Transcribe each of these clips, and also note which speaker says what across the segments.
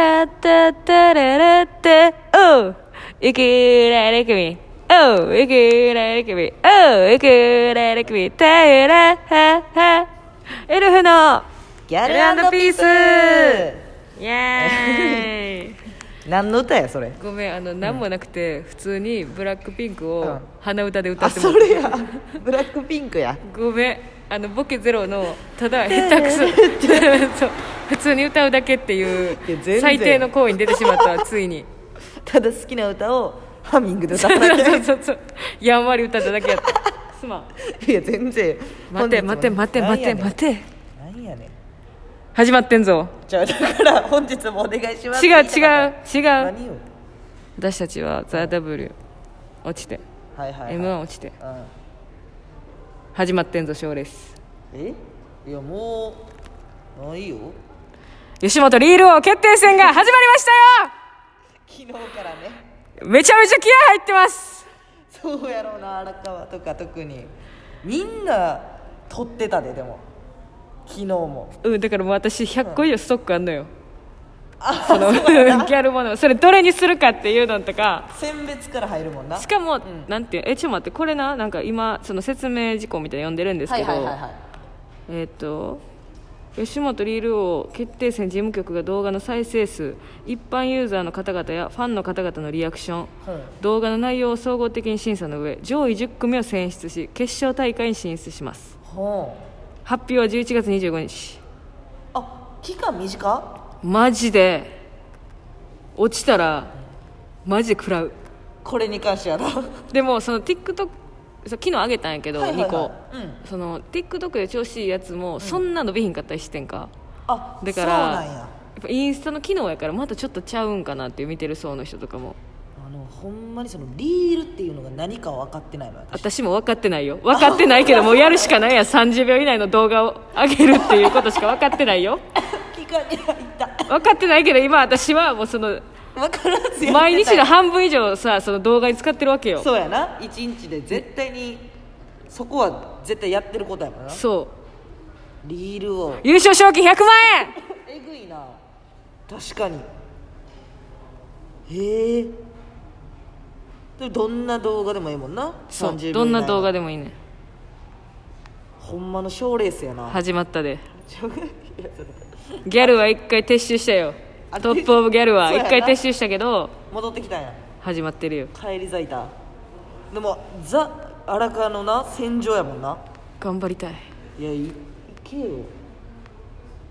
Speaker 1: ラッタララッタおうウクラレクミおうウクラレクミおうウクラレクミタウラハハエルフの
Speaker 2: ギャルピース
Speaker 1: イエーイ
Speaker 2: 何の歌やそれ
Speaker 1: ごめんあの何もなくて、普通にブラックピンク
Speaker 2: う
Speaker 1: を
Speaker 2: ん
Speaker 1: 鼻歌で歌
Speaker 2: あ
Speaker 1: っても
Speaker 2: そ
Speaker 1: らった
Speaker 2: れやブラックピンクや
Speaker 1: ごめんあのボケゼロのた だ下手く そそう普通に歌うだけっていう
Speaker 2: いや全然
Speaker 1: 最低の行為に出てしまったわついに
Speaker 2: ただ好きな歌をハミングで歌
Speaker 1: そ
Speaker 2: っ
Speaker 1: う
Speaker 2: ただ
Speaker 1: そうそうそうやんわり歌っただけやったす まん
Speaker 2: けいや全然
Speaker 1: 待て待て待て待て待
Speaker 2: て
Speaker 1: て
Speaker 2: 何やねん
Speaker 1: 始まってんぞ
Speaker 2: じゃあだから本日もお願いします
Speaker 1: 違う違う違う
Speaker 2: 何を
Speaker 1: 私たちは「THEW」落ちて
Speaker 2: はいはい、はい
Speaker 1: m 1落ちて
Speaker 2: うん
Speaker 1: 始まってんぞ賞レース
Speaker 2: えいやもうないよ
Speaker 1: 吉本リール王決定戦が始まりました
Speaker 2: 昨日からね
Speaker 1: よめちゃめちゃ気合入ってます
Speaker 2: そうやろうな荒川とか特にみんな撮ってたででも昨日も
Speaker 1: うんだからもう私100個以上ストックあんのよ、
Speaker 2: あ
Speaker 1: そのギャルものそれどれにするかっていうのとか
Speaker 2: 選別から入るもんな
Speaker 1: しかも、
Speaker 2: ん
Speaker 1: なんていうえちょっと待ってこれななんか今その説明事項みたいなの読んでるんです
Speaker 2: は
Speaker 1: け
Speaker 2: い
Speaker 1: ど、
Speaker 2: はいはいはい
Speaker 1: えーっ、と吉本リール王決定戦事務局が動画の再生数一般ユーザーの方々やファンの方々のリアクション、
Speaker 2: うん
Speaker 1: 動画の内容を総合的に審査の上上位10組を選出し決勝大会に進出します
Speaker 2: ほ
Speaker 1: 発表は11月25日
Speaker 2: うあ期間短
Speaker 1: マジで落ちたらマジで食らう
Speaker 2: これに関してやろ
Speaker 1: でもその TikTok そう昨日上げたんやけど、
Speaker 2: はいはいはい
Speaker 1: 2個、
Speaker 2: うん
Speaker 1: その TikTok で調子いいやつもそんな伸びひんかったりしてんか、
Speaker 2: あ
Speaker 1: だから
Speaker 2: そうなんや
Speaker 1: やっぱインスタの機能やからまたちょっとちゃうんかなっていう見てる層の人とかも
Speaker 2: あのほんまにそのリールっていうのが何か分かってないの私
Speaker 1: 私も分かってないよ分かってないけどもうやるしかないやん30秒以内の動画を上げるっていうことしか分かってない よ
Speaker 2: 期間に入った
Speaker 1: 分かってないけど今私はもうその
Speaker 2: 分からずやってた
Speaker 1: 毎日の半分以上さその動画に使ってるわけよ
Speaker 2: そうやな一日で絶対にそこは絶対やってることやもんな
Speaker 1: そう
Speaker 2: リールを
Speaker 1: 優勝賞金100万円
Speaker 2: えぐいな確かにへえでもどんな動画でもいいもんな
Speaker 1: そう
Speaker 2: 30秒
Speaker 1: どんな
Speaker 2: 以内
Speaker 1: 動画でもいいね
Speaker 2: ほんまの賞ーレースやな
Speaker 1: 始まった で
Speaker 2: ちょいやちょっと
Speaker 1: ギャルは一回撤収したよ
Speaker 2: あ
Speaker 1: トップオブギャルは
Speaker 2: そ
Speaker 1: 一
Speaker 2: うやな
Speaker 1: 回撤収したけど
Speaker 2: 戻ってきたんや
Speaker 1: 始まってるよ
Speaker 2: 帰り咲いたでもザ荒川のな戦場やもんな
Speaker 1: 頑張りたい
Speaker 2: いやいいけよ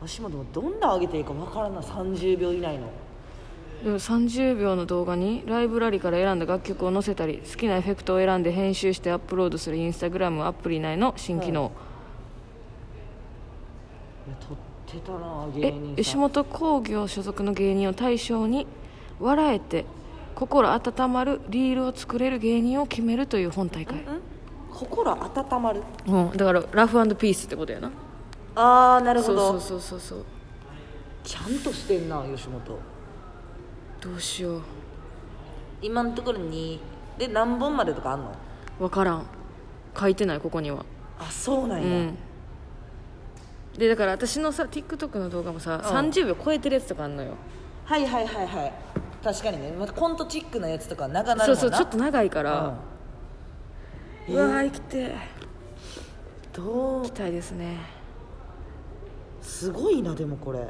Speaker 2: 足もでもどんな上げていいかわからんない30秒以内の
Speaker 1: でも30秒の動画にライブラリから選んだ楽曲を載せたり好きなエフェクトを選んで編集してアップロードするインスタグラムアプリ内の新機能、
Speaker 2: いや撮ってたな
Speaker 1: え
Speaker 2: 芸人
Speaker 1: 吉
Speaker 2: さん
Speaker 1: 本興業所属の芸人を対象に笑えて心温まるリールを作れる芸人を決めるという本大会、
Speaker 2: ん心温まる
Speaker 1: うん、だからラフピースってことやな
Speaker 2: ああなるほ
Speaker 1: そう
Speaker 2: ど
Speaker 1: そうそうそうそう
Speaker 2: ちゃんとしてんな吉本
Speaker 1: どうしよ
Speaker 2: 今のところにで何本までとかあんの
Speaker 1: うわからん書いてないここには
Speaker 2: あそうなんや、
Speaker 1: うんでだから私のさ TikTok の動画もさ、30秒超えてるやつとかあんのよ
Speaker 2: はいはいはいはい確かにね、またコントチックなやつとか長な
Speaker 1: そ
Speaker 2: る
Speaker 1: う
Speaker 2: もんな
Speaker 1: そうちょっと長いから、うわー生きて
Speaker 2: うんどう
Speaker 1: 行きたいですね
Speaker 2: すごいなでもこれ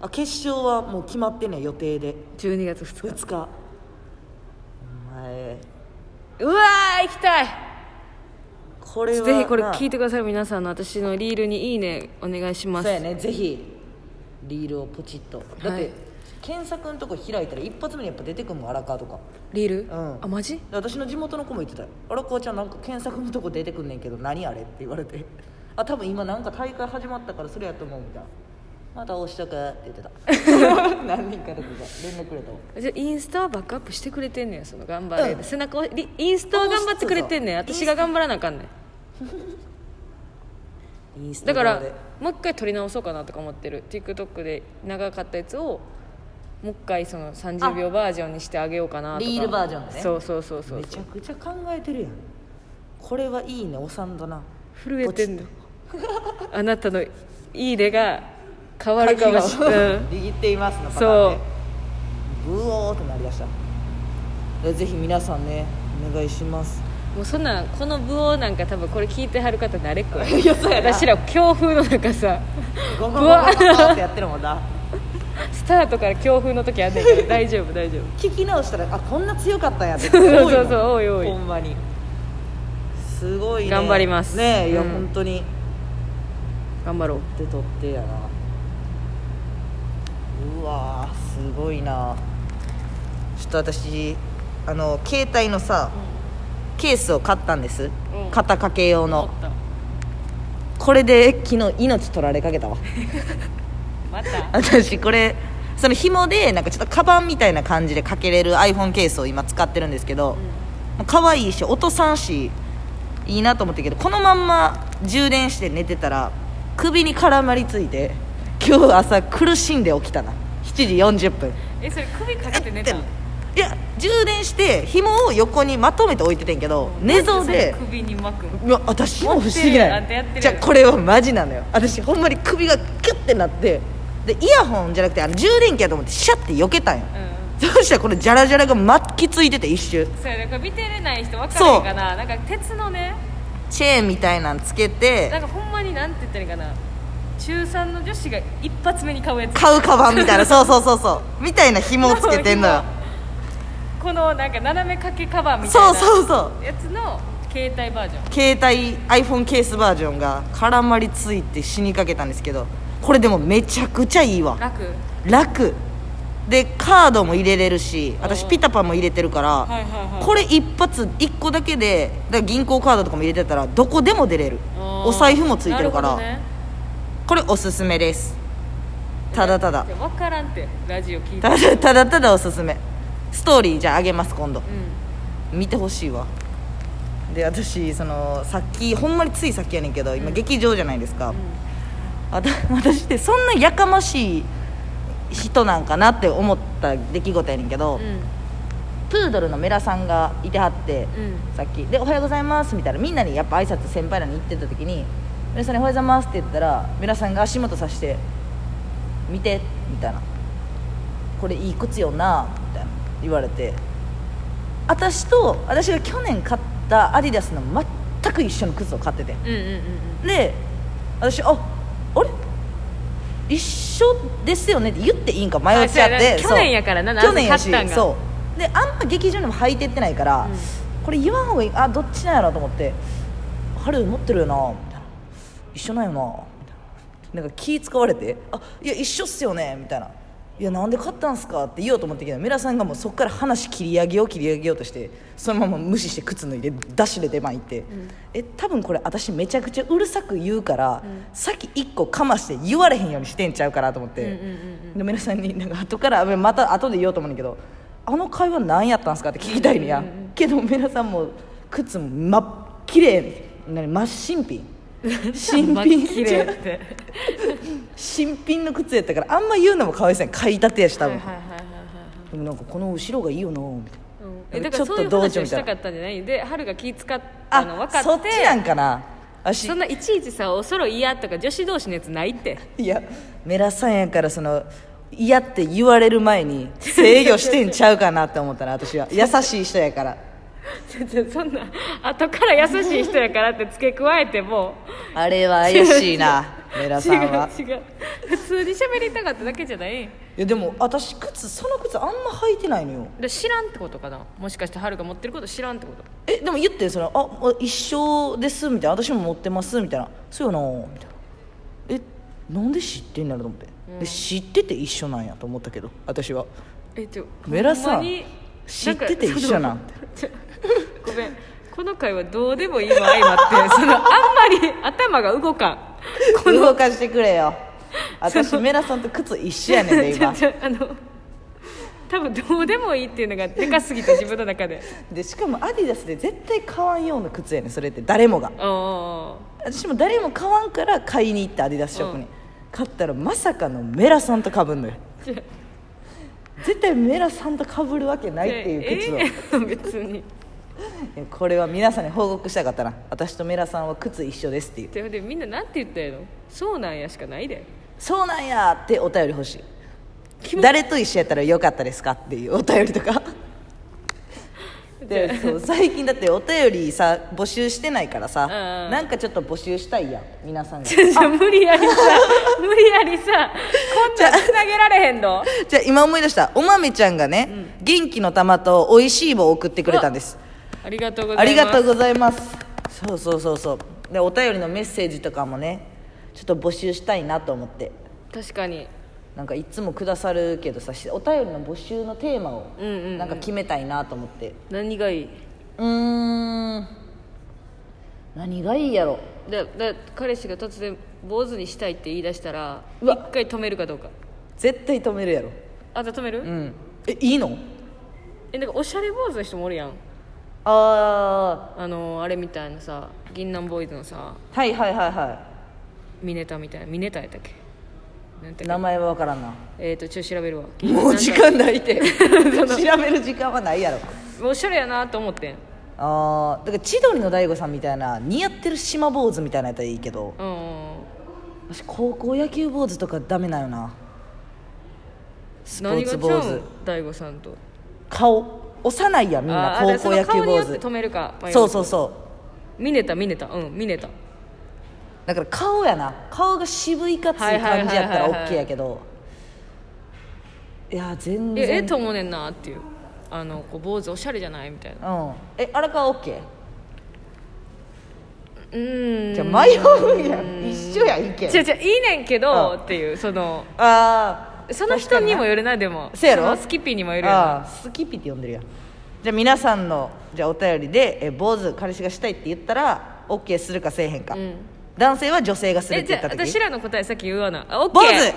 Speaker 2: あ決勝はもう決まってんねん予定で
Speaker 1: 12月2日
Speaker 2: 2日お前
Speaker 1: うわー行きたい
Speaker 2: これは
Speaker 1: ぜひこれ
Speaker 2: な
Speaker 1: 聞いてください皆さんの私のリールに「いいね」お願いします
Speaker 2: そうやねぜひリールをポチッとだって、
Speaker 1: はい
Speaker 2: 検索のとこ開いたら一発目にやっぱ出てくるもん荒川とか
Speaker 1: リール、
Speaker 2: うん
Speaker 1: あマジ
Speaker 2: で私の地元の子も言ってたよ「あらこうちゃんなんか検索のとこ出てくんねんけど何あれ?」って言われて「あ多分今なんか大会始まったからそれやと思う」みたいな「また押しとく」って言 ってた何人かで連絡くれたわ
Speaker 1: じゃあインスタはバックアップしてくれてんねんその頑張れ、
Speaker 2: うん
Speaker 1: 背中をリインスタは頑張ってくれてんねん
Speaker 2: そうそう
Speaker 1: 私が頑張らなあかんねん
Speaker 2: インスタ
Speaker 1: だから
Speaker 2: 上で
Speaker 1: もう一回撮り直そうかなとか思ってる TikTok で長かったやつをもう一回その30秒バージョンにしてあげようかなとか
Speaker 2: リールバージョンでね
Speaker 1: そうそうそうそう
Speaker 2: めちゃくちゃ考えてるやんこれはいいねおさんだな
Speaker 1: 震えてんのあなたの「いいね」が変わるかもしれない、うん
Speaker 2: 握っていますのパター
Speaker 1: そ
Speaker 2: ン
Speaker 1: う
Speaker 2: ねうおーってなりだしたでぜひ皆さんねお願いします
Speaker 1: もうそんなんこの部王なんか多分これ聞いてはる方慣れっこ
Speaker 2: いやそうやな
Speaker 1: 私ら強風の中さ
Speaker 2: ゴンゴン
Speaker 1: う
Speaker 2: ゴンゴン
Speaker 1: わ
Speaker 2: ってやってるもんな
Speaker 1: スタートから強風の時あんねん けど大丈夫大丈夫
Speaker 2: 聞き直したらあこんな強かったんやって
Speaker 1: そうそうそう
Speaker 2: 多いもん
Speaker 1: 多い多い
Speaker 2: ほんまにすごいね
Speaker 1: 頑張ります
Speaker 2: ねえいや、
Speaker 1: うん
Speaker 2: 本当に
Speaker 1: 頑張ろう
Speaker 2: で取ってやなうわーすごいなちょっと私あの携帯のさ、ケースを買ったんです、
Speaker 1: ん
Speaker 2: 肩掛け用のこれで昨日命取られかけたわ
Speaker 1: また
Speaker 2: 私これその紐でなんかちょっとカバンみたいな感じでかけれる iPhone ケースを今使ってるんですけど、もう可愛いし音さんしいいなと思ったけどこのまんま充電して寝てたら首に絡まりついて今日朝苦しんで起きたな7時40分
Speaker 1: えそれ首かけて寝
Speaker 2: で
Speaker 1: たん
Speaker 2: いや充電して紐を横にまとめて置いててんけど寝相
Speaker 1: なん
Speaker 2: で
Speaker 1: それ首に巻くの
Speaker 2: うわ私も不思
Speaker 1: 持
Speaker 2: 議な
Speaker 1: ってるあんたやってる
Speaker 2: のじゃあこれはマジなのよ私ほんまに首がキュッてなってでイヤホンじゃなくてあの充電器やと思ってシャッて避けたんよ
Speaker 1: う
Speaker 2: そしたらこのジャラジャラが巻きついてて一周
Speaker 1: んそうやねこれ見てれない人分からへんかななんか鉄のね
Speaker 2: チェーンみたいなんつけ
Speaker 1: なん
Speaker 2: て
Speaker 1: かほんまになんて言ったらいいかな中3の女子が一発目に買うやつ
Speaker 2: 買うカバン みたいなそうそうそうそうみたいな紐をつけてんのよ
Speaker 1: このなんか斜め掛けカバーみたいな
Speaker 2: そうそうそう
Speaker 1: やつの携帯バージョン
Speaker 2: 携帯 iPhone ケースバージョンが絡まりついて死にかけたんですけどこれでもめちゃくちゃいいわ
Speaker 1: 楽
Speaker 2: 楽でカードも入れれるし私
Speaker 1: うん
Speaker 2: ピタパンも入れてるから、
Speaker 1: いはいはい
Speaker 2: これ一発一個だけでだから銀行カードとかも入れてたらどこでも出れるお財布もついてるから
Speaker 1: なる
Speaker 2: これおすすめです
Speaker 1: ほどね
Speaker 2: ただただ
Speaker 1: いや分からんってラジオ聞いて
Speaker 2: ただただただおすすめストーリーじゃああげます今度
Speaker 1: う
Speaker 2: 見てほしいわで私そのさっきほんまについさっきやねんけど今劇場じゃないですか、あた私ってそんなやかましい人なんかなって思った出来事やねんけど、
Speaker 1: んうん
Speaker 2: プードルのメラさんがいてはって、
Speaker 1: うん
Speaker 2: さっきで「おはようございます」みたいなみんなにやっぱ挨拶先輩らに言ってた時に「メラさんにおはようございます」って言ったらメラさんが足元さして「見て」みたいな「これいい靴よな」みたいな言われて私と私が去年買ったアディダスの全く一緒の靴を買ってて
Speaker 1: うんうんうん
Speaker 2: で私「ああれ一緒ですよね」って言っていいんか迷っちゃっ
Speaker 1: あそうや
Speaker 2: て
Speaker 1: な
Speaker 2: そう
Speaker 1: 去年やからな
Speaker 2: 去年やし
Speaker 1: なんせ買ったんが
Speaker 2: そうであんま劇場にも履いてってないか
Speaker 1: う
Speaker 2: ら、
Speaker 1: ん
Speaker 2: これ言わん方がいいあどっちなんやろと思って「春持ってるよな」みたいな「一緒なんよな」みたいななんか気使われて「あいや一緒っすよね」みたいな「いやなんで買ったんすか?」って言おうと思ったけどメラさんがもうそっから話切り上げよう切り上げようとしてそのまま無視して靴脱いでダッシュで出前行って「え多分これ私めちゃくちゃうるさく言うから、さっき一個かまして言われへんようにしてんちゃうから」と思って、
Speaker 1: うんうん
Speaker 2: で皆さんになんか後からまた後で言おうと思うねんだけどあの会話何やったんすかって聞きたいんや、けど皆さんも靴も真っ綺麗何真っ 新品新品
Speaker 1: 綺麗って
Speaker 2: 新品の靴やったからあんま言うのもかわいそうやん買いたてやし多
Speaker 1: はいはい
Speaker 2: 分、
Speaker 1: はいはいはい
Speaker 2: でもなんかこの後ろがいいよなみたい
Speaker 1: うん
Speaker 2: な
Speaker 1: え
Speaker 2: ん
Speaker 1: だ
Speaker 2: か
Speaker 1: か
Speaker 2: ち
Speaker 1: ら
Speaker 2: ょっ
Speaker 1: そうい
Speaker 2: と
Speaker 1: う
Speaker 2: 同
Speaker 1: 話を
Speaker 2: 情み
Speaker 1: したた
Speaker 2: いな
Speaker 1: かったんじゃないで春が気使ったの
Speaker 2: あ
Speaker 1: 分かって
Speaker 2: そっちなんかな私
Speaker 1: そんないちいちさおそろいやとか女子同士のやつないって
Speaker 2: いやメラさんやからその嫌って言われる前に制御してんちゃうかなって思ったな私は優しい人やから
Speaker 1: 全然そんな後から優しい人やからって付け加えても
Speaker 2: あれは怪しいなメ ラ
Speaker 1: 違
Speaker 2: さんは
Speaker 1: う違う普通に喋りたかっただけじゃない
Speaker 2: いやでも私靴その靴あんま履いてないのよ
Speaker 1: で知らんってことかなもしかして春が持ってること知らんってこと
Speaker 2: えでも言ってその「あもう一緒です」みたいな「私も持ってます」みたいな「そうよな」みたいなえなんで知ってんだろうと思って、で知ってて一緒なんやと思ったけど私は
Speaker 1: えちょ
Speaker 2: メラさん
Speaker 1: ほまに
Speaker 2: 知ってて一緒なんて
Speaker 1: かちょごめんこの回はどうでもいいわ相まってそのあんまり頭が動かん
Speaker 2: 動かしてくれ よ私メラさんと靴一緒やねんで 今
Speaker 1: ちょちょあの多分どうでもいいっていうのがでかすぎて自分の中で
Speaker 2: でしかもアディダスで絶対買わんような靴やねんそれって誰もが
Speaker 1: おーお
Speaker 2: 私も誰も買わんから買いに行ったアディダスショップに、
Speaker 1: うん
Speaker 2: 買ったらまさかのメラさんとかぶんのよ
Speaker 1: ーじゃ
Speaker 2: 絶対メラさんとかぶるわけ
Speaker 1: あ
Speaker 2: ないっていう靴を、
Speaker 1: えー 別に
Speaker 2: いやこれは皆さんに報告したかったな私とメラさんは靴一緒ですっていう
Speaker 1: ででみんななんて言ったんやろそうなんやしかないで
Speaker 2: そうなんやってお便り欲しい誰と一緒やったらよかったですかっていうお便り とかでそう最近だってお便りさ募集してないからさ、
Speaker 1: んうん
Speaker 2: なんかちょっと募集したいやん皆さんが
Speaker 1: ちょちょ無理やりさ無理やりさこんなんつなげられへんの
Speaker 2: じゃあ今思い出したおまめちゃんがね、元気の玉とおいしい棒を送ってくれたんです
Speaker 1: ありがとうござ
Speaker 2: あ
Speaker 1: いま
Speaker 2: り
Speaker 1: す
Speaker 2: がとうございますそうそうそうそうでお便りのメッセージとかもねちょっと募集したいなと思って
Speaker 1: 確かに
Speaker 2: なんかいつもくださるけどさしお便りの募集のテーマを
Speaker 1: うんうんうん
Speaker 2: なんか決めたいなと思って
Speaker 1: 何がいいう
Speaker 2: ーん何がいいやろ
Speaker 1: だだ彼氏が突然坊主にしたいって言い出したら
Speaker 2: うわ
Speaker 1: 一回止めるかどうか
Speaker 2: 絶対止めるやろ
Speaker 1: あじゃあ止める、
Speaker 2: うんえいいの
Speaker 1: えなんかおしゃれ坊主の人もおるやん
Speaker 2: あ
Speaker 1: あのーあれみたいなさ銀杏ボーイズのさ
Speaker 2: あはいはいはいは
Speaker 1: ミネタみたいなミネタやったっけなん
Speaker 2: い
Speaker 1: て
Speaker 2: 名前は分からんな
Speaker 1: えっ、とちょっと調べるわ
Speaker 2: もう時間ないって調べる時間はないやろ
Speaker 1: おしゃれやなと思ってん
Speaker 2: あーだから千鳥の大悟さんみたいな似合ってる島坊主みたいなやったらいいけど
Speaker 1: うんうんうん
Speaker 2: 私高校野球坊主とかダメなよなスポ
Speaker 1: 何
Speaker 2: ー
Speaker 1: が
Speaker 2: ツ
Speaker 1: 違
Speaker 2: 坊
Speaker 1: う
Speaker 2: 主
Speaker 1: ん大悟さんと
Speaker 2: 顔幼いやんみん
Speaker 1: あー
Speaker 2: な
Speaker 1: あ
Speaker 2: 高
Speaker 1: ーそ
Speaker 2: 校
Speaker 1: の
Speaker 2: 野球
Speaker 1: 顔に
Speaker 2: 坊
Speaker 1: よって
Speaker 2: 主
Speaker 1: 止めるか迷
Speaker 2: そうそう
Speaker 1: う
Speaker 2: そう
Speaker 1: ミネタミネタうんミネタ
Speaker 2: だから顔やな顔が渋いかつい
Speaker 1: はいはいはい
Speaker 2: 感じやったら
Speaker 1: はいはい
Speaker 2: OK やけどいや全
Speaker 1: えええ
Speaker 2: 然
Speaker 1: と思うねんなっていうあのこう坊主おしゃれじゃないみたいな
Speaker 2: うんえ荒川 OK
Speaker 1: うーん
Speaker 2: じゃあ迷うんやん一緒やん意
Speaker 1: 違う
Speaker 2: 見
Speaker 1: 違ういいねんけ
Speaker 2: あ
Speaker 1: どっていうその
Speaker 2: ああ
Speaker 1: その人にもよるなでも
Speaker 2: せやろ
Speaker 1: のスキッピーにもよるよな
Speaker 2: ああスキピって呼んでるやんじゃあ皆さんのじゃあお便りでえ坊主彼氏がしたいって言ったら OK するかせえへんか、
Speaker 1: うん
Speaker 2: 男性は女性がするっ
Speaker 1: え
Speaker 2: て
Speaker 1: じ
Speaker 2: 言
Speaker 1: ゃ
Speaker 2: っ
Speaker 1: あ
Speaker 2: た時
Speaker 1: 私らの答えさっき言うわなあオッケ
Speaker 2: 坊
Speaker 1: ー
Speaker 2: 主